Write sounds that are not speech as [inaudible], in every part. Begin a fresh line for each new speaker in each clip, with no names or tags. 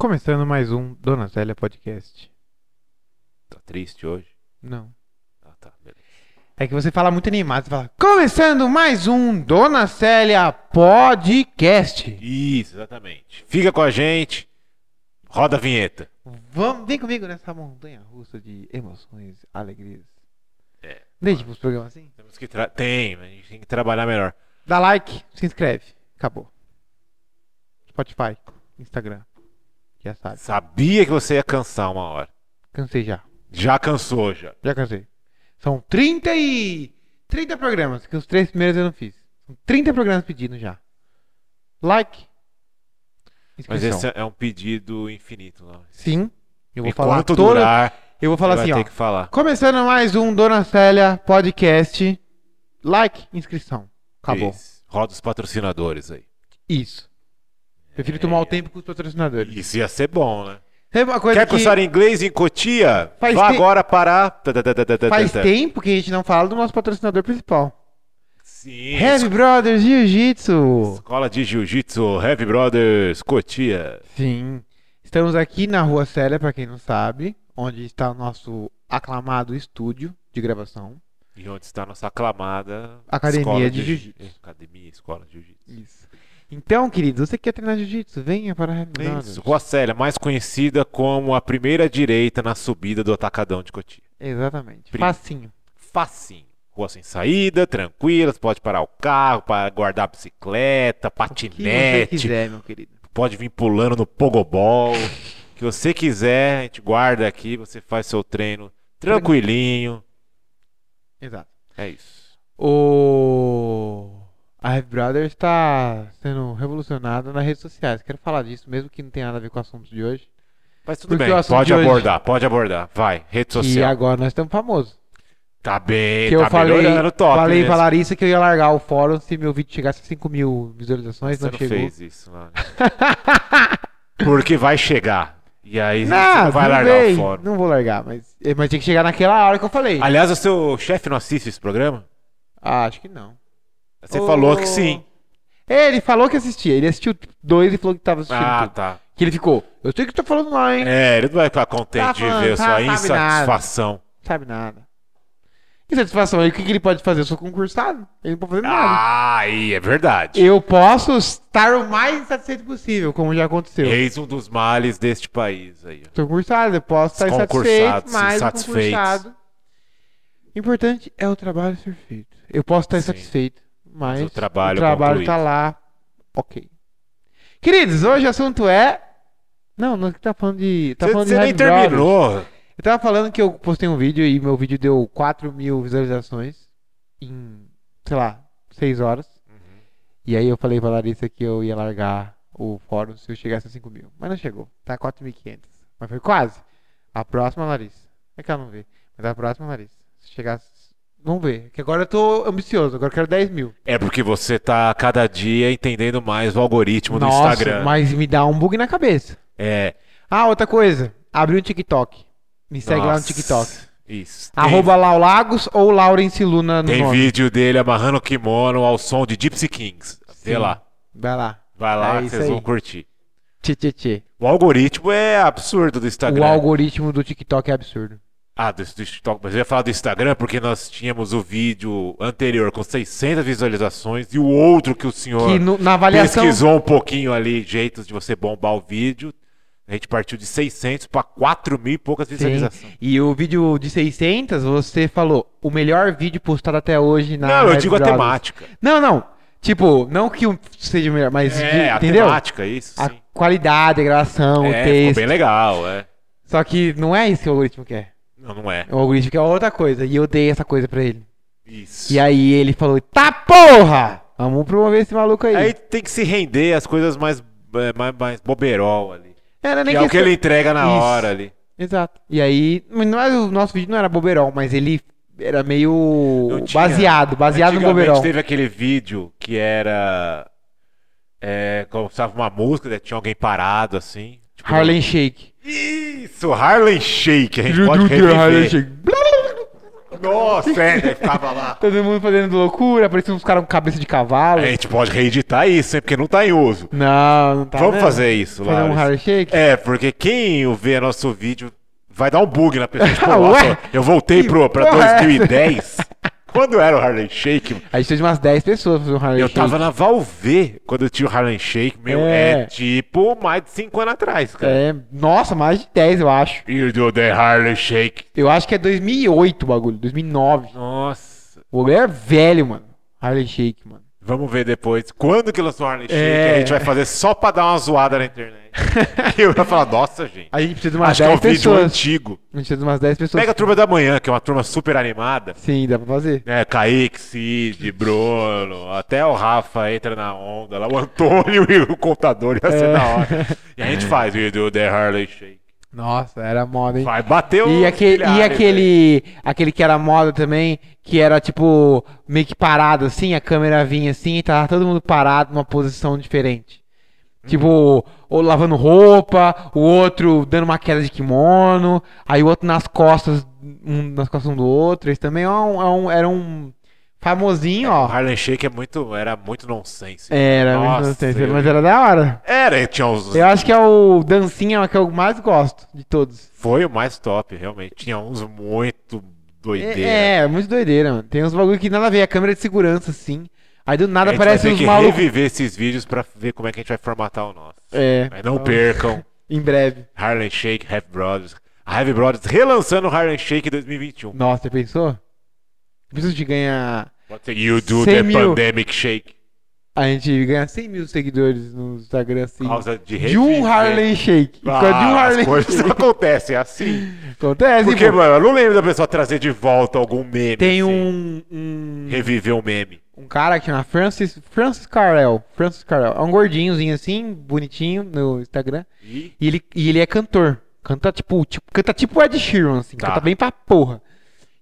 Começando mais um Dona Zélia Podcast.
Tá triste hoje?
Não.
Ah, tá, beleza.
É que você fala muito animado, você fala. Começando mais um Dona Célia Podcast.
Isso, exatamente. Fica com a gente. Roda a vinheta.
Vamos, vem comigo nessa montanha russa de emoções, alegrias.
É.
Deixa pros programas assim.
Temos que tra... Tem, mas a gente tem que trabalhar melhor.
Dá like, se inscreve. Acabou. Spotify, Instagram. Já sabe.
Sabia que você ia cansar uma hora.
Cansei já.
Já cansou, já.
Já cansei. São 30 e. 30 programas, que os três primeiros eu não fiz. São 30 programas pedindo já. Like.
Mas
Inscrição.
esse é um pedido infinito, não.
Sim. Eu vou falar
Enquanto
toda-
durar,
Eu vou falar
você
assim,
vai
ó.
ter que falar.
Começando mais um Dona Célia Podcast. Like, inscrição. Acabou. Isso.
Isso. Roda os patrocinadores aí.
Prefiro tomar o tempo com os patrocinadores.
Isso ia ser bom, né?
Sabe uma coisa
Quer
que
cursar inglês em Cotia?
Faz
Vá
te-
agora parar. Tá, tá, tá, tá, tá, tá,
faz
tá.
tempo que a gente não fala do nosso patrocinador principal.
Sim.
Heavy Brothers Jiu-Jitsu.
Escola de Jiu-Jitsu, Heavy Brothers, Cotia.
Sim. Estamos aqui na Rua Célia, pra quem não sabe, onde está o nosso aclamado estúdio de gravação.
E onde está a nossa aclamada
Academia
escola
de jiu-jitsu.
É, Academia, escola de jiu-jitsu.
Isso. Então, queridos, você quer treinar jiu-jitsu? Venha para a Heavy Brothers.
Isso. Rua Célia, mais conhecida como a primeira direita na subida do Atacadão de Cotia.
Exatamente.
Primo.
Facinho.
Facinho. Rua sem saída, tranquila, você pode parar o carro, para guardar a bicicleta,
O que você
patinete,
quiser, meu querido.
pode vir pulando no pogobol. O que você quiser, a gente guarda aqui, você faz seu treino tranquilinho.
Exato.
É isso.
O... A Heavy Brothers está sendo revolucionada nas redes sociais. Quero falar disso, mesmo que não tenha nada a ver com o assunto de hoje.
Mas tudo
Porque
bem,
o assunto
pode
de hoje-
abordar, pode abordar. Vai, rede
E
social.
agora nós estamos famosos.
Tá bem,
Que eu
tá
falei,
melhorando top.
falei
né?
pra Larissa que eu ia largar o fórum se meu vídeo chegasse a 5 mil visualizações,
Você
não
não
chegou.
fez isso, mano. [laughs] Porque vai chegar. E aí você
Não,
não vai
tudo
largar
bem,
o fórum.
Não vou largar, mas, eh, mas tinha que chegar naquela hora que eu falei.
Aliás, o seu chefe não assiste esse programa?
Ah, acho que não.
Você
Ô.
falou que sim.
Ele falou que assistia. Ele assistiu dois e falou que tava assistindo
Ah,
tudo.
tá.
Que ele ficou, eu sei que tu tá falando lá, hein?
É, ele não vai ficar contente
Tá
de
falando,
ver
tá,
a sua
sabe nada.
insatisfação.
sabe nada. Que satisfação aí, o que, que ele pode fazer? Eu sou concursado, ele não pode fazer nada.
Ah, aí é verdade.
Eu posso estar o mais insatisfeito possível, como já aconteceu.
Eis um dos males deste país aí. ó.
Sou concursado, eu posso estar
Os
insatisfeito,
concursados,
mas o
insatisfeitos.
um concursado. O importante é o trabalho ser feito. Eu posso estar
Sim.
insatisfeito, mas,
Mas o trabalho
o trabalho tá
concluído.
lá, ok. Queridos, hoje o assunto é... Não, não, que tá falando de... Tá
Você
falando de
você nem
Heavy Brothers.
terminou.
Eu tava falando que eu postei um vídeo e meu vídeo deu 4 mil visualizações em, sei lá, 6 horas.
Uhum.
E aí eu falei pra Larissa que eu ia largar o fórum se eu chegasse a 5 mil. Mas não chegou. Tá 4.500. Mas foi quase. A próxima, Larissa. É que ela não vê. Mas a próxima, Larissa. Se chegasse. Vamos ver. Que agora eu tô ambicioso. Agora eu quero 10 mil.
É porque você tá cada dia entendendo mais o algoritmo do
Nossa,
Instagram.
mas me dá um bug na cabeça.
É.
Ah, outra coisa. Abri um TikTok. Me segue lá no
nossa.
TikTok.
Isso. Tem
É. Arroba Lau Lagos ou Laurence Luna no
Tem
nome.
vídeo dele amarrando o kimono ao som de Gypsy Kings. Sei
Sim.
lá.
Vai lá.
Vai lá,
É
que
isso
vocês
aí.
vão curtir.
Tchê, tchê, tchê.
O algoritmo é absurdo do
O
Instagram.
algoritmo do TikTok é absurdo.
Ah, do, do TikTok. Mas eu ia falar do Instagram porque nós tínhamos o vídeo anterior com 600 visualizações e o outro que o senhor
Que no- na avaliação.
pesquisou um pouquinho ali, jeitos de você bombar o vídeo. A gente partiu de 600 para 4 mil e poucas visualizações.
E o vídeo de 600, você falou o melhor vídeo postado até hoje na.
Não, eu
Red
digo a
Brothers.
temática.
Não, não. Tipo, não que um seja o melhor, mas.
É,
de-
a
entendeu?
temática, isso.
A
Sim.
qualidade, a gravação,
é,
o
ficou
texto.
bem legal, é.
Só que não é isso que o algoritmo quer.
Não, não é.
O algoritmo quer outra coisa. E eu dei essa coisa pra ele.
Isso.
E aí ele falou: tá porra! Vamos promover esse maluco aí.
Aí tem que se render às coisas mais, é, mais, mais boberol ali.
Era
Que é o que ele entrega na
Isso.
hora ali.
Exato. E aí, mas não era, o nosso vídeo não era bobeirão, mas ele era meio
Não tinha.
baseado, baseado no
Antigamente
bobeirão.
teve aquele vídeo que era. É, como estava uma música, né, tinha alguém parado assim. tipo-
Harlem Shake. é
Isso, Harlem Shake. A gente pode reviver.
Shake.
Nossa, é, daí ficava
[laughs]
lá.
Todo mundo fazendo loucura, parecia uns caras com cabeça de cavalo.
A gente pode reeditar isso, hein? Porque não tá em uso.
Não, não tá.
Vamos
né?
fazer isso,
Fazer um
Laris.
hard shake?
É, porque quem vê nosso vídeo vai dar um bug na pessoa. Tipo, nossa,
[laughs] Ué?
eu voltei
Que
pro, pra
porra é essa?
2010. Quando era o Harlem Shake?
A gente fez umas 10 pessoas pra fazer um hard
Eu
shake.
tava na Valve quando tinha o Harlem Shake. Meu, é,
É.
tipo mais de 5 anos atrás, cara.
É, nossa, mais de 10, eu acho.
You do the Harlem Shake.
Eu acho que é 2008 o bagulho, 2009.
Nossa.
O bagulho é velho, mano. Harley Shake, mano.
Vamos ver depois. Quando que lançou o Harlem Shake?
É.
A gente vai fazer só pra dar uma zoada na
[laughs]
internet. e eu ia falar, nossa, gente.
A gente precisa de umas
Acho que é um
10
vídeo
pessoas.
antigo.
A gente precisa de umas 10 pessoas.
Pega a turma da manhã, que é uma turma super animada.
Sim, dá pra fazer.
É, Kaique, Cid, Bruno, até o Rafa entra na onda lá, o Antônio [laughs] e o contador ia ser
É.
da hora. E a gente faz o do The Harley Shake.
Nossa, era moda, hein?
Vai, bateu um né?
E
os
aquele, e
milhares, velho.
aquele, aquele que era moda também, que era tipo meio que parado assim, a câmera vinha assim e tava todo mundo parado numa posição diferente.
Uhum.
Tipo, ou lavando roupa, o outro dando uma queda de kimono, aí o outro nas costas, um nas costas um do outro. Esse também é um, é um- era um famosinho,
O
ó.
Harlem Shake é muito, era muito nonsense.
Era, mas não
É, Nossa,
sei se-
eu-
mas era da hora.
Era, tinha uns...
Eu acho que é o dancinha que eu mais gosto de todos.
Foi o mais top, realmente. Tinha uns muito doideiros.
É, é, muito doideira, mano. Tem uns bagulho que nada a ver, a câmera de segurança, assim. Aí do nada
a gente
aparece
vai ter
uns
que
malucos.
reviver esses vídeos pra ver como é que a gente vai formatar o nosso.
É,
Mas não percam.
em breve.
Harlem Shake, Heavy Brothers. A Heavy Brothers relançando o Harlem Shake 2021.
Nossa, você pensou? Preciso de ganhar.
Pode ser You Do
100
The
mil.
Pandemic Shake.
A gente ganhar 100 mil seguidores no Instagram, assim.
Por causa de
De um
reviver.
Harlem Shake. Por causa de um
Ah,
Harlem
as coisas
Shake.
acontecem assim.
[laughs] Acontece,
Porque,
hein, pô?
mano, eu não lembro da pessoa trazer de volta algum meme.
Tem
assim.
um, um.
Reviver um meme.
um cara que chama Francis. Francis Carell. Francis Carell. É um gordinhozinho assim, bonitinho no Instagram.
E
E ele, e ele é cantor. Canta tipo, tipo, canta tipo Ed Sheeran, assim.
Tá.
Canta bem pra porra.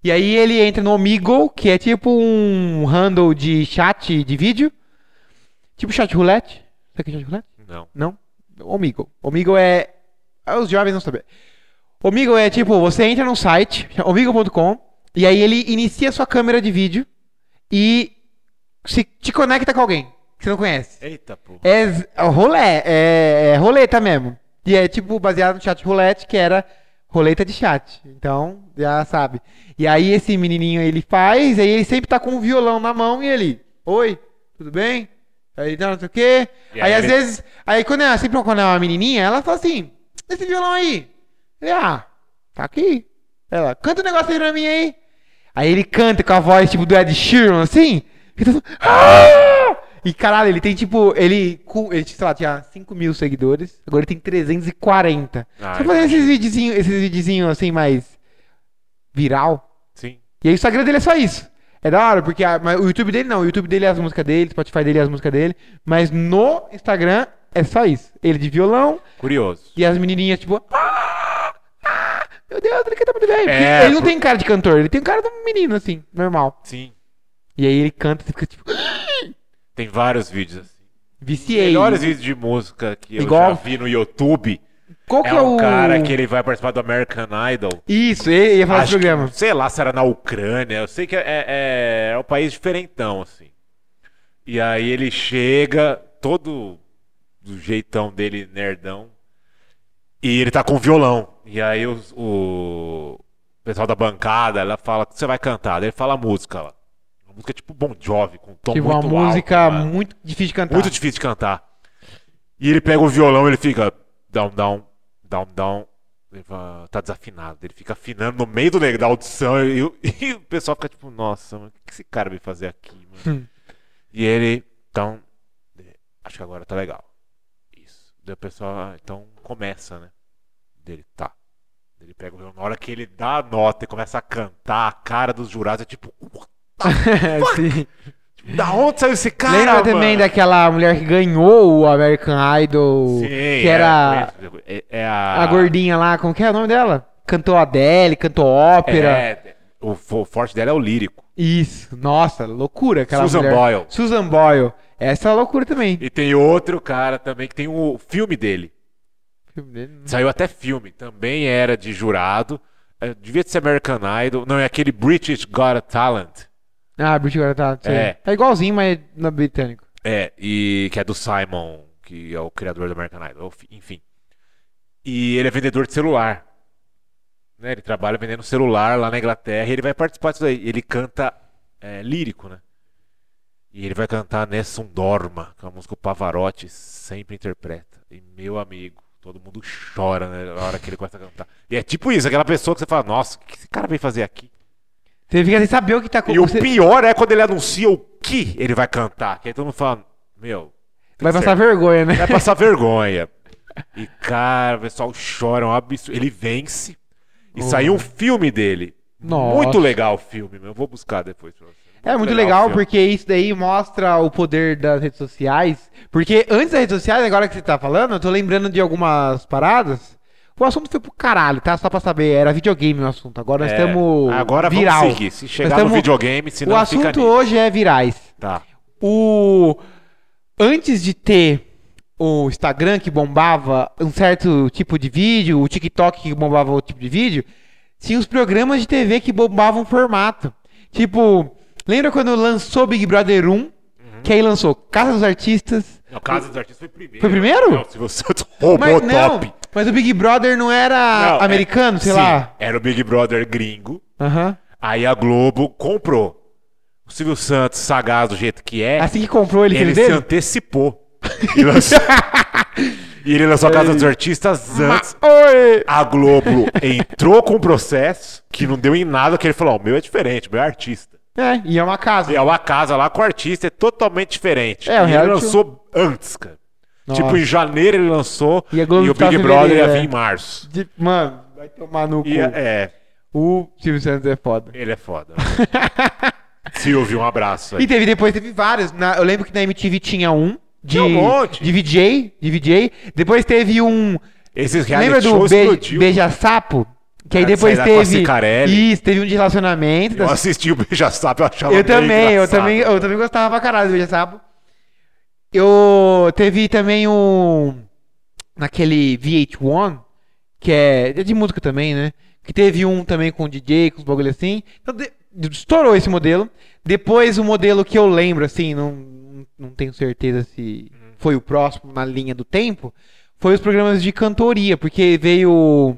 E aí ele entra no Omegle, que é tipo um handle de chat de vídeo. Tipo chat roulette. Sabe o que é chat roulette?
não.
Não? Omegle. Omegle é... ah, Os jovens não sabem. Omegle é tipo, você entra num site, omegle.com, e aí ele inicia sua câmera de vídeo e se te conecta com alguém que você não conhece.
Eita, pô.
É z- rolé, é, é roleta mesmo. E é tipo baseado no chat roulette, que era roleta de chat. Então, já sabe. E aí esse menininho ele faz, aí ele sempre tá com um violão na mão e ele, oi, tudo bem? Aí não, não sei o quê.
E
Aí,
aí
às
ele-
vezes, aí quando é, sempre quando é uma menininha, ela fala assim: "Esse violão aí". Ele, ah, tá aqui. Ela, canta um negócio aí pra mim aí. Aí ele canta com a voz tipo do Ed Sheeran, assim. E, tá falando, "Ah!" E, caralho, ele tem tipo. Ele, cu- ele sei lá, tinha 5 mil seguidores. Agora ele tem 340.
Ah,
Só fazendo
imagina.
esses videozinhos, esses videozinhos assim, mais. viral.
Sim.
E aí o Instagram dele é só isso. É da hora, porque a- mas o YouTube dele não. O YouTube dele é as músicas dele, o Spotify dele é as músicas dele. Mas no Instagram é só isso. Ele de violão
Curioso.
e as menininhas, tipo. "Ah! Ah! Meu Deus, ele canta muito bem. Porque
É,
ele não
por-
tem cara de cantor, ele tem cara de um menino, assim, normal.
Sim.
E aí ele canta e fica tipo.
Tem vários vídeos assim.
Viciei.
Melhores vídeos de música que eu
Igual-
já vi no YouTube.
Qual que
É
é,
um
o.
cara que ele vai participar do American Idol.
Isso, ele ia falar
Acho
desse programa.
que- sei lá se era na Ucrânia. Eu sei que é, é, é um país diferentão, assim. E aí ele chega, todo do jeitão dele, nerdão. E ele tá com violão. E aí os- o, pessoal da bancada, ela fala, o que você vai cantar? Daí ele fala a música lá. Uma música tipo Bon Jovi, com um tom
Tipo,
muito
uma
alto,
música
né?
muito difícil de cantar. [laughs]
Muito difícil de cantar. E ele pega o violão, ele fica down, down, down, down. Ele fala, tá desafinado. Ele fica afinando no meio do negócio da audição e, eu- e o pessoal fica tipo, nossa, mano, o que esse cara veio fazer aqui, mano?
Hum.
e ele, então, ele, acho que agora tá legal. Isso. Daí o pessoal, "Ah, então começa, né? Dele, tá. Ele pega o violão. Na hora que ele dá a nota e começa a cantar, a cara dos jurados é tipo, "What?
Sim.
da onde saiu esse cara?
Lembra
mano?
também daquela mulher que ganhou o American Idol?
Sim,
que
é,
era
é, é a,
a gordinha lá, como que é o nome dela? Cantou Adele, cantou ópera.
É, o, fo- o forte dela é o lírico.
Isso, nossa, loucura aquela
Susan
mulher.
Boyle.
Susan Boyle. Essa é uma loucura também.
E tem outro cara também que tem
né?
o filme dele. Saiu até filme. Também era de jurado. eh, devia ser American Idol. Não, é aquele British Got a Talent.
Ah, British Got Talent. sei.
É.
É igualzinho, mas na britânico.
É, e que é do Simon, que é o criador do American Idol, fi- enfim. E ele é vendedor de celular. Né? Ele trabalha vendendo celular lá na Inglaterra e ele vai participar disso aí. Ele canta é, lírico, né? E ele vai cantar Nessun Dorma, que é uma música que o Pavarotti sempre interpreta. E meu amigo, todo mundo chora né, na hora que ele começa a cantar. E é tipo isso, aquela pessoa que você fala, nossa, o que esse cara veio fazer aqui?
Você fica sem saber o que tá
E o
você-
pior é quando ele anuncia o que ele vai cantar. Que aí todo mundo fala, meu. tem
Vai
que ser-
passar vergonha, né?
Vai passar vergonha. E, cara, o pessoal chora, é um absurdo. Ele vence. E
Oh.
saiu um filme dele.
Nossa.
Muito legal o filme, meu. Eu vou buscar depois pra você.
É muito legal,
o filme.
porque isso daí mostra o poder das redes sociais. Porque antes das redes sociais, agora que você tá falando, eu tô lembrando de algumas paradas. O assunto foi pro caralho, tá? Só pra saber, era videogame o assunto. Agora nós
É,
estamos
Agora
viral.
vamos seguir. Se chegar
Nós
no
tamo-
videogame, se
o
não fica
assunto
nisso.
hoje é virais.
Tá.
O antes de ter o Instagram que bombava um certo tipo de vídeo, o TikTok que bombava outro tipo de vídeo, tinha os programas de TV que bombavam o formato. Tipo, lembra quando lançou Big Brother
Uhum.
1? Que aí lançou Casa dos Artistas.
Não, Casa dos Artistas foi primeiro.
Foi primeiro?
Não, se você [laughs] roubou
Mas não,
top.
mas o Big Brother não era
Não, é-
americano, sei
sim,
lá.
Era o Big Brother gringo.
Aham.
Aí a Globo comprou. O Silvio Santos, sagaz do jeito que é,
Assim que comprou ele,
ele
fez
se
dele?
antecipou.
[laughs]
E, lançou... e ele lançou a Casa dos Artistas antes.
Oi!
A Globo entrou com um processo que não deu em nada, que ele falou: "Ó, o meu é diferente, o meu é artista.
É, e é uma casa.
E é uma casa lá com o artista, é totalmente diferente.
É, o
e ele
reality-
lançou antes, cara.
Nossa.
Tipo, em janeiro ele lançou
E
e,
a Globo
o
tá
Big
em
Brother ia
fevereiro,
vir
é.
em março.
De- Mano, vai tomar no cu.
E é,
O Silvio Santos é foda.
ele
[laughs]
é foda. Silvio, um abraço
E
aí.
teve depois, teve vários. Na- eu lembro que na MTV tinha um. De,
Tinha um monte.
De VJ, de VJ. Depois teve um.
Esses
lembra
reality
do
shows
be,
explodiu.
Beija-Sapo? Que aí
Ah, de
depois
sair lá com a
teve.
Cicarelli.
Isso, teve um de relacionamento.
Eu assisti o Beija-Sapo, eu achava
Eu
meio
também, eu
engraçado.
também, eu também gostava pra caralho do Beija-Sapo. Eu teve também um naquele VH1, que é, é de música também, né? Que teve um também com DJ, com os bagulho assim. Então, de- estourou esse modelo. Depois o modelo que eu lembro, assim, não, não tenho certeza se
Uhum.
foi o próximo na linha do tempo, foi os programas de cantoria, porque veio o-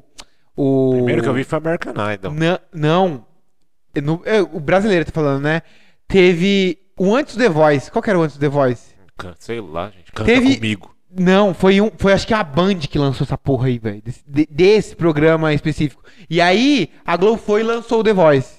o
Primeiro que eu vi foi American Idol.
Na- não. É no- é, o brasileiro tá falando, né? Teve o antes do The Voice. Qual que era o antes do The Voice?
Can- Sei lá, gente. Canta
Teve-
comigo.
Não, foi um, foi acho que a Band que lançou essa porra aí, velho, desse, de- desse programa específico. E aí a Globo foi e lançou o The Voice.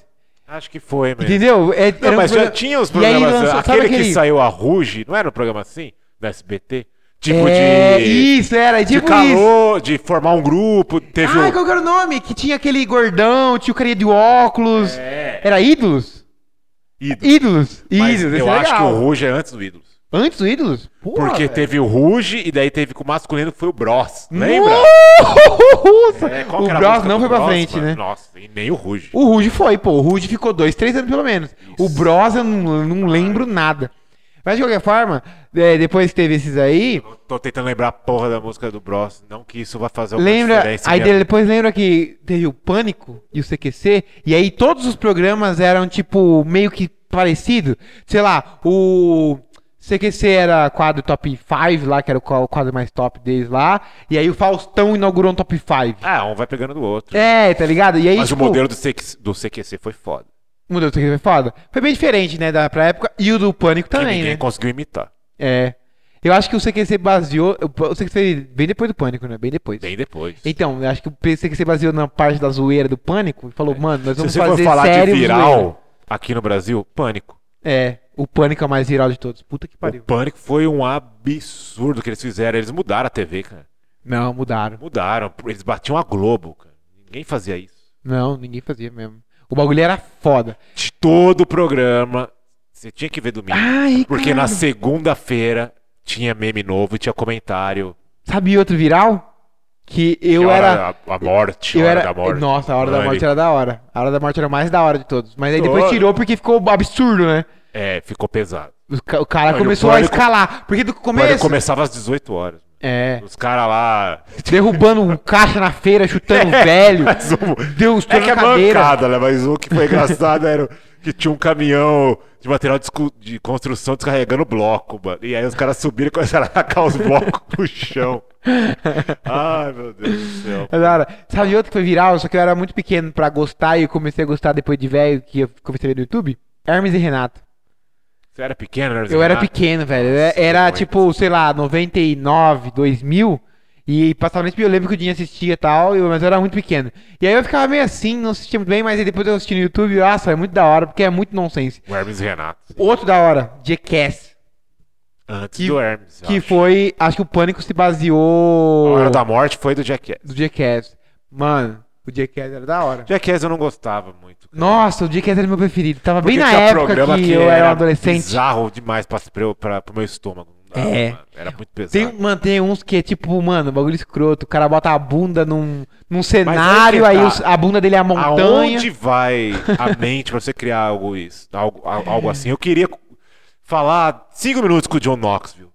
Acho que foi mesmo.
Entendeu? É, era
Não,
um
mas já
programa-
tinha os
E aí
programas.
lançou- sabe
aquele, que
aquele-
saiu a Ruge, não era um programa assim? Da SBT? Tipo
É,
de.
isso era, é
de
tipo isso.
calor, de formar um grupo. Teve
Ah,
o-
qual que era o nome? Que tinha aquele gordão, tinha o carinha de óculos.
É.
Era Ídolos?
Ídolos.
Ídolos.
Mas
ídolos,
eu
esse é
acho que
legal.
o Ruge é antes do Ídolos.
Antes do Ídolos? Porra,
Porque
velho.
teve o Ruge e daí teve com o masculino que foi o Bros. Lembra?
Nossa!
É, qual
o
que era a
Bros
música
não
do
foi pra
Bros,
frente,
mano?
né?
Nossa, e nem o Ruge.
O Ruge foi, pô. O Ruge ficou dois, três anos pelo menos. O Bros eu não, não lembro nada. Mas de qualquer forma, é, depois que teve esses aí,
Tô tentando lembrar a porra da música do Bros. Não que isso vai fazer alguma
lembra.
diferença.
Aí
minha
de- depois lembra que teve o Pânico e o CQC, e aí todos os programas eram, tipo, meio que parecido. Sei lá, o. CQC era quadro top 5 lá, que era o qual- o quadro mais top deles lá. E aí o Faustão inaugurou um top 5.
Ah, um vai pegando do outro.
É, tá ligado? E aí,
Mas
tipo,
o modelo do, CQ, do CQC foi foda.
O modelo do CQC foi foda. Foi bem diferente, né, da, pra época. E o do Pânico
que
também,
ninguém
né?
conseguiu imitar.
É. Eu acho que o CQC baseou. O P- o CQC veio bem depois do Pânico, né? Bem depois.
Bem depois.
Então, eu acho que o CQC baseou na parte da zoeira do Pânico e falou, mano, nós
É. Se
vamos
você
fazer
for falar
sério
de
zoeira.
viral aqui no Brasil, pânico.
É, o Pânico é o mais viral de todos. Puta que
O
pariu.
pânico foi um absurdo que eles fizeram. Eles mudaram a TV, cara.
Não, mudaram.
Mudaram. Eles batiam a Globo, cara. Ninguém fazia isso.
Não, ninguém fazia mesmo. O bagulho era foda.
De todo o programa, você tinha que ver domingo.
Ai,
porque na
caralho.
segunda-feira tinha meme novo e tinha comentário.
Sabe outro viral? Que eu
Que
era.
hora A, a morte,
Eu
hora
era...
da morte.
Nossa, a hora da
Mano,
morte era da hora. A hora da morte era o mais da hora de todos. Mas aí depois
Todo.
tirou porque ficou absurdo, né?
É, ficou pesado.
O ca- o cara
Não, e o é
começou a
Pânico-
escalar. Porque do
Quando
começo.
começava às 18 horas.
É.
Os caras lá.
Derrubando um caixa na feira,
[laughs]
chutando um velho.
Mas o-
Deus,
É
estourando
que é
cadeira.
bancada, né? Mas o que foi engraçado era que tinha um caminhão de material de, escu- de construção descarregando bloco, mano. E aí os caras subiram e começaram a arrancar os blocos [laughs] pro chão. Ai, meu Deus do céu.
Mas, cara, Sabe outro que foi viral, só que eu era muito pequeno pra gostar e eu comecei a gostar depois de velho, que eu comecei a ver no YouTube? Hermes e Renato.
Você era pequeno, né?
Eu era
Renato?
pequeno, velho. Eu
Nossa,
era
muito.
tipo, sei lá, 99, 2000. E passava nesse eu lembro que o Dinho assistia e tal, eu- mas eu era muito pequeno. E aí eu ficava meio assim, não assistia muito bem, mas aí depois eu assisti no YouTube e, nossa, é muito da hora, porque é muito nonsense.
O Hermes Renato.
Outro da hora, Jackass,
Antes
Que-
do Hermes. eu
que
acho.
foi, acho que o Pânico se
A
baseou
hora Ah, da morte foi do Jackass.
do Jackass. Mano, o Jackass era da hora.
Jackass eu não gostava muito. cara.
Nossa, o Jackass era meu preferido. Tava
Porque
bem na
tinha
época que, eu era um adolescente.
bizarro demais pra, pra, eu- pra, pro meu estômago. Não dava,
É.
mano. Era muito pesado.
Tem, mano, tem uns que é tipo, mano, bagulho escroto. O cara bota a bunda num, num
aí
cenário,
que
aí,
tá.
os- a bunda dele é a montanha.
Aonde vai a mente pra você criar algo isso, algo, al- algo assim? Eu queria falar cinco minutos com o John Knoxville.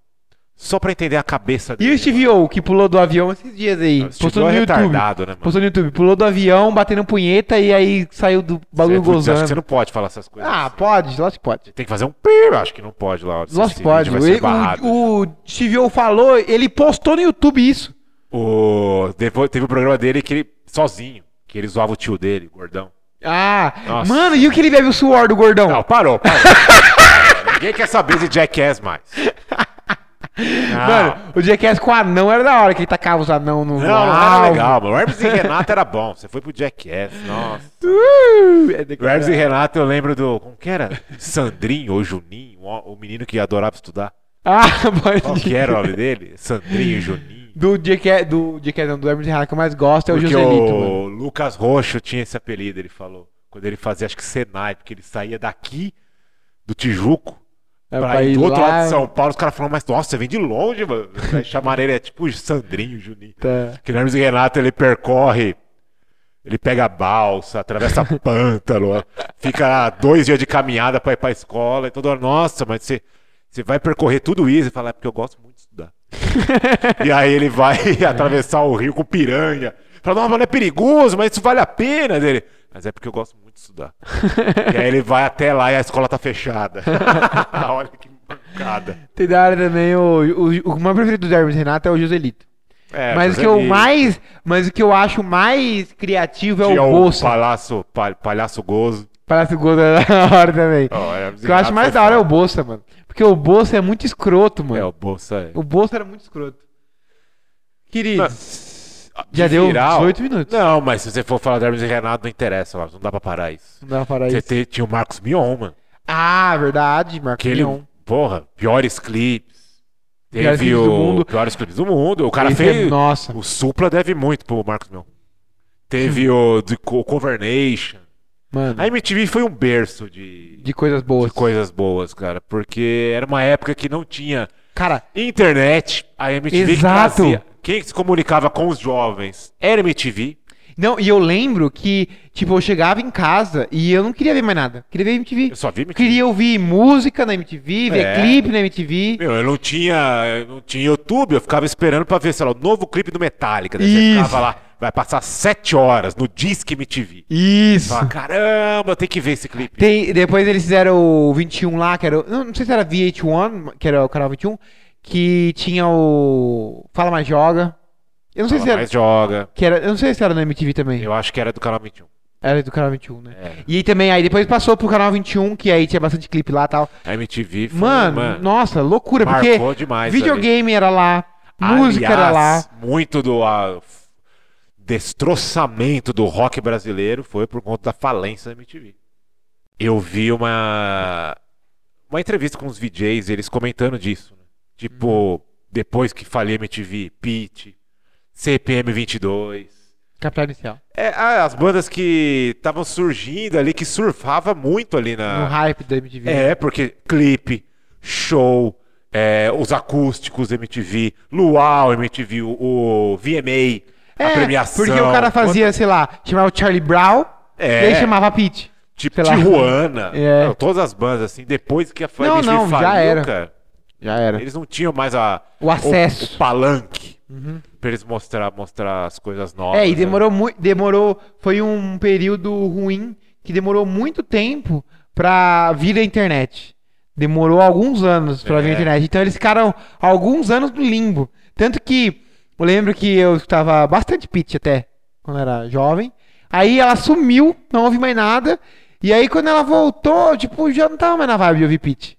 Só pra entender a cabeça
E
dele.
o Steve O, que pulou do avião esses dias aí.
mano. O Steve
postou no
é
YouTube.
retardado, né, mano?
Postou no YouTube. Pulou do avião, batendo punheta e aí saiu do
Você-
bagulho
É, putz, acho que você
gozando.
não pode falar essas coisas.
Ah,
assim.
pode, lógico que pode.
Tem que fazer um pir, acho que não pode lá. se
Lógico
esse
que pode.
vídeo vai ser
Ele-
barrado. né?
O, o Steve O falou, ele postou no YouTube isso.
O- depois, teve o programa dele que ele, sozinho, que ele zoava o tio dele, o gordão.
Ah,
Nossa.
mano, e o que ele bebe o suor do gordão?
Não, parou, parou. [laughs] Ninguém quer saber de Jackass mais. Não.
Mano, o Jackass com o anão era da hora, que ele tacava os anão no
Não, não era
alvo.
legal, mano. O Hermes e Renato era bom. Você foi pro Jackass, nossa.
Uh, é
O Hermes e Renato eu lembro do. Como que era? Sandrinho ou Juninho, um, o o menino que adorava estudar.
Ah, [laughs]
Qual
pode
que é?
ir.
era o nome dele? Sandrinho, Juninho.
Do Jackass, do Jackass, não, do Hermes e Renato que eu mais gosto é o
Porque
Joselito, mano.
o Lucas Roxo tinha esse apelido, ele falou. Quando ele fazia, acho que Senai, porque ele saía daqui do Tijuco
É
pra ir do outro lado de São Paulo, os caras falaram, mas nossa, você vem de longe, mano. Aí Chamaram ele, é tipo Sandrinho, Juninho.
Tá.
Que o Hermes e Renato ele percorre, ele pega a
[laughs]
balsa, atravessa pântano, fica dois dias de caminhada pra ir pra escola e toda hora, nossa, mas você, você vai percorrer tudo isso e fala, é porque eu gosto muito
[laughs]
de estudar. e aí ele vai [laughs] atravessar o rio com piranha. Fala, não, mas não é perigoso, mas isso vale a pena dele. Mas é porque eu gosto muito
[laughs]
de estudar. e aí ele vai até lá e a escola tá fechada. [laughs] Olha que bancada.
Tem da hora também o, o, o meu preferido do Hermes e Renato é o Joselito.
É,
mas o que eu
Joselito.
mais. Mas o que eu acho mais criativo é
Tinha
o
o
Bolsa.
palhaço, pa- palhaço gozo.
Parece o Gol da [laughs] hora também.
Ó, é,
o que eu acho mais da hora é o Bolsa, mano. Porque o Bolsa é muito escroto, mano.
É, o Bolsa é.
O Bolsa era muito escroto. Queridos.
De
já deu
viral-
18 minutos.
Não, mas se você for falar de Hermes e Renato, não interessa, Lázaro, não dá pra parar isso.
Não dá pra parar
Você
É isso.
te- tinha o Marcos Mion, mano.
Ah, verdade, Marcos.
Que ele,
Mion.
porra, piores clipes. Teve
Piores clipes
o
do mundo.
piores clipes do mundo. O cara
Esse é-
fez.
Nossa.
O Supla deve muito pro Marcos Mion. Teve o, do, o Covernation.
Mano.
A MTV foi um berço de,
De coisas
de
boas.
coisas boas, cara. Porque era uma época que não tinha
Cara,
internet. A MTV
Exato.
que trazia. Quem se comunicava com os jovens era MTV.
não, e eu lembro que, tipo, eu chegava em casa e eu não queria ver mais nada. Queria ver MTV.
Eu só vi MTV.
Queria ouvir música na MTV, ver
É.
clipe na MTV.
Meu, eu não tinha, eu não tinha YouTube, eu ficava esperando pra ver, sei lá, o novo clipe do Metallica. Daí Você
Isso.
ficava lá, vai passar sete horas no Disque MTV.
Isso.
Fala, caramba, tem que ver esse clipe.
Tem, depois eles fizeram o 21 lá, que era. o- Não, não sei se era VH1, que era o canal 21, que tinha o. Fala Mais Joga. Eu não sei
Fala,
se era.
mas joga.
Que era, eu não sei se era na MTV também.
Eu acho que era do canal 21.
Era do canal 21, né?
É.
E aí também, aí depois passou pro canal 21, que aí tinha bastante clipe lá e tal.
A MTV foi,
Mano, nossa, loucura, porque
marcou demais.
videogame era lá,
ali.
música era lá.
Aliás, Muito do ah, f- destroçamento do rock brasileiro foi por conta da falência da MTV. Eu vi uma uma entrevista com os VJs, eles comentando disso. né? Tipo,
Uhum.
depois que falei MTV, Pit, CPM 22.
Capital Inicial.
É, ah, as bandas que estavam surgindo ali, que surfava muito ali
No
na.
hype da MTV.
ah, É, porque clipe, show, é, os acústicos MTV, Luau MTV, o, o VMA, a
É,
premiação.
Porque o cara fazia, sei lá, chamava o Charlie Brown,
É.
e aí chamava a Pete.
Tipo,
sei lá.
Tijuana.
É.
Não, todas as bandas, assim, depois que a
Não,
MTV
não, já
faliu,
era.
cara.
[laughs] Já era.
Eles não tinham mais a,
O acesso.
o palanque
Uhum.
pra eles mostrar, mostrar as coisas novas.
É, e
né?
demorou muito. Demorou. Foi um período ruim que demorou muito tempo pra vir a internet. Demorou alguns anos pra vir a
É.
internet. Então eles ficaram alguns anos no limbo. Tanto que eu lembro que eu escutava bastante pitch até quando era jovem. Aí ela sumiu, não ouvi mais nada. E aí quando ela voltou, tipo, já não tava mais na vibe de ouvir pitch.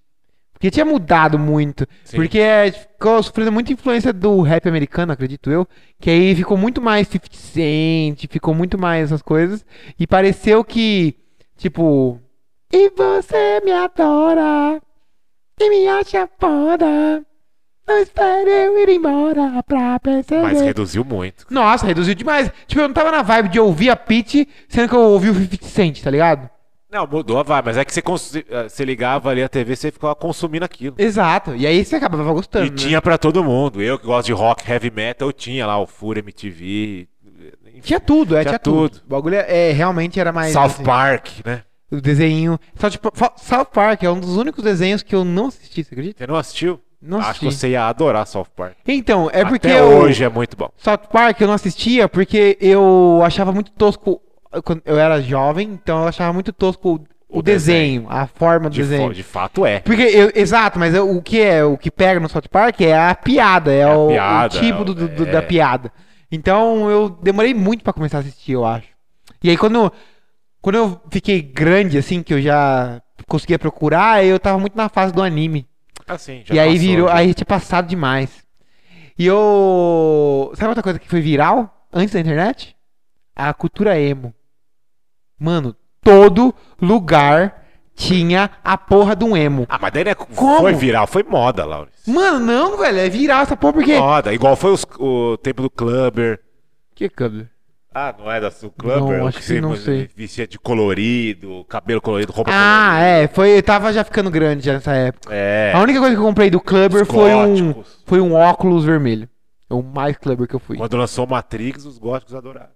Porque tinha mudado muito.
Sim.
Porque é, ficou sofrendo muita influência do rap americano, acredito eu. Que aí ficou muito mais 50 Cent, ficou muito mais essas coisas. E pareceu que, tipo. E você me adora, e me acha foda. Não espere eu ir embora pra perceber.
Mas reduziu muito.
Nossa, reduziu demais. Tipo, eu não tava na vibe de ouvir a Pete, sendo que eu ouvi o 50 Cent, tá ligado?
Não, mudou a vibe, mas é que você, cons- eh, você ligava ali a TV, você ficava consumindo aquilo.
Exato. E aí você acabava gostando. né?
E tinha pra todo mundo. Eu que gosto de rock, heavy metal, eu tinha lá o Fura MTV, enfim,
Tinha tudo, é, tinha,
Tinha
tudo.
tudo.
O bagulho é, realmente era mais.
South
assim,
Park, né?
O desenho. Só, tipo, fa- South Park é um dos únicos desenhos que eu não assisti, você acredita?
Você não assistiu?
Não
Acho
assisti.
que você ia adorar South Park.
Então, é porque.
Até
eu-
hoje é muito bom.
South Park eu não assistia porque eu achava muito tosco. quando Eu era jovem, então eu achava muito tosco o,
O
desenho,
desenho.
a forma do
De,
desenho.
fo- de fato é.
Porque, eu- exato, mas eu- o que é o que pega no South Park é a piada, é,
a
o, o
piada,
tipo do- do- do- da
é.
piada. Então eu demorei muito pra começar a assistir, eu acho. E aí quando, quando eu fiquei grande, assim, que eu já conseguia procurar, eu tava muito na fase do anime.
Assim, já
e aí
passou,
virou,
já.
aí tinha passado demais. E eu. Sabe outra coisa que foi viral antes da internet? A cultura emo. Mano, todo lugar tinha a porra de um emo.
Ah, mas daí não é...
Como?
foi viral, foi moda, Laurence.
Mano, não, velho, é viral essa porra, porque.
Moda, igual foi os- o tempo do Clubber.
Que câmbio?
Ah, não é da do Clubber?
Não,
O
acho que
você
não sei.
Vestia de colorido, cabelo colorido, roupa
Ah, é, foi, eu tava já ficando grande já nessa época.
colorida. É.
A única coisa que eu comprei do Clubber
Os
foi um,
góticos.
foi um óculos vermelho. É o mais Clubber que eu fui.
Quando lançou Matrix, os góticos adoraram.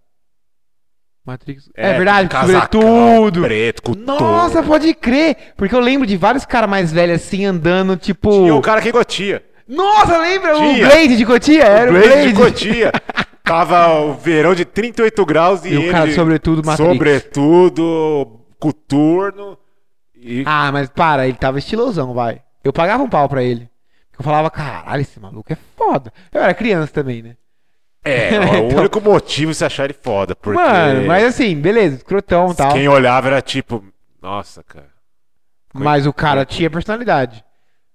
Matrix. É, verdade,
com
cobriu
casacão
tudo.
Preto, com
Nossa, pode crer! Porque eu lembro de vários caras mais velhos assim andando, tipo.
Tinha um cara que gotia.
Nossa, lembra
Tinha.
o Blade de Cotia? Era o Blade.
de
[laughs]
Cotia. Tava o verão de 38 graus e,
E o
ele,
cara, sobretudo, Matrix.
Sobretudo, coturno. E
Ah, mas para, ele tava estilosão, vai. Eu pagava um pau pra ele. Eu falava, caralho, esse maluco é foda. Eu era criança também, né?
é,
[laughs]
é
Então-
o único motivo de se achar ele foda. Porque
Mano, mas assim, beleza, escrotão e tal.
quem é olhava era tipo, nossa, cara.
Mas o cara tinha personalidade.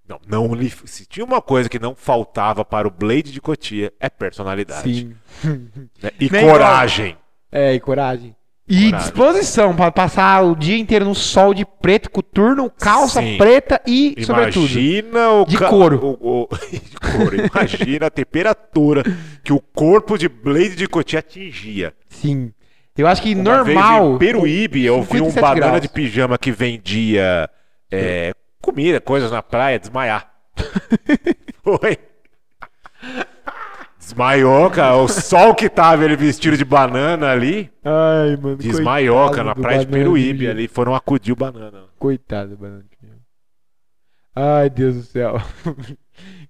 Não, não lhe- se tinha uma coisa que não faltava para o Blade de Cotia, é personalidade. né? E
Nem
coragem.
É, e coragem. E
Coragem.
disposição pra passar o dia inteiro no sol de preto, coturno, calça
Sim.
preta e, sobretudo.
Imagina o
De
ca-
couro.
o- [laughs] o- de couro. Imagina a temperatura que o corpo de Blade de Cotia atingia.
Sim. Eu acho que
Uma vez
normal.
em Peruíbe, eu vi um
57
banana
graus.
de pijama que vendia é, comida, coisas na praia, desmaiar. [laughs] Foi. Desmaiou, cara. O sol que tava ele vestido de banana ali.
Ai, mano.
Desmaiou,
coitado
cara, na
do
praia de
banana
Peruíbe
pijama.
ali. Foram acudir o banana.
Coitado, banana de pijama. Ai, Deus do céu. [laughs]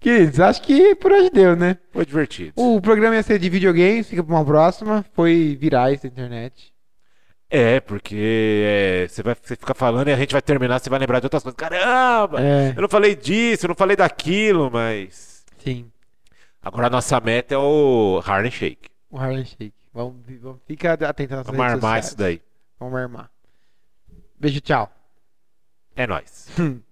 Queridos, acho que por hoje deu, né?
Foi divertido.
O programa ia ser de videogames, fica pra uma próxima. Foi virais da internet.
É, porque é, você vai você fica falando e a gente vai terminar, você vai lembrar de outras coisas. Caramba!
É,
Eu não falei disso, eu não falei daquilo, mas.
sim.
Agora a nossa meta é o Harlem Shake.
O Harlem Shake. Vamos, vamos, fica atento nas
Vamos
redes
armar
sociais.
isso daí.
Vamos armar. Beijo, tchau.
É nóis.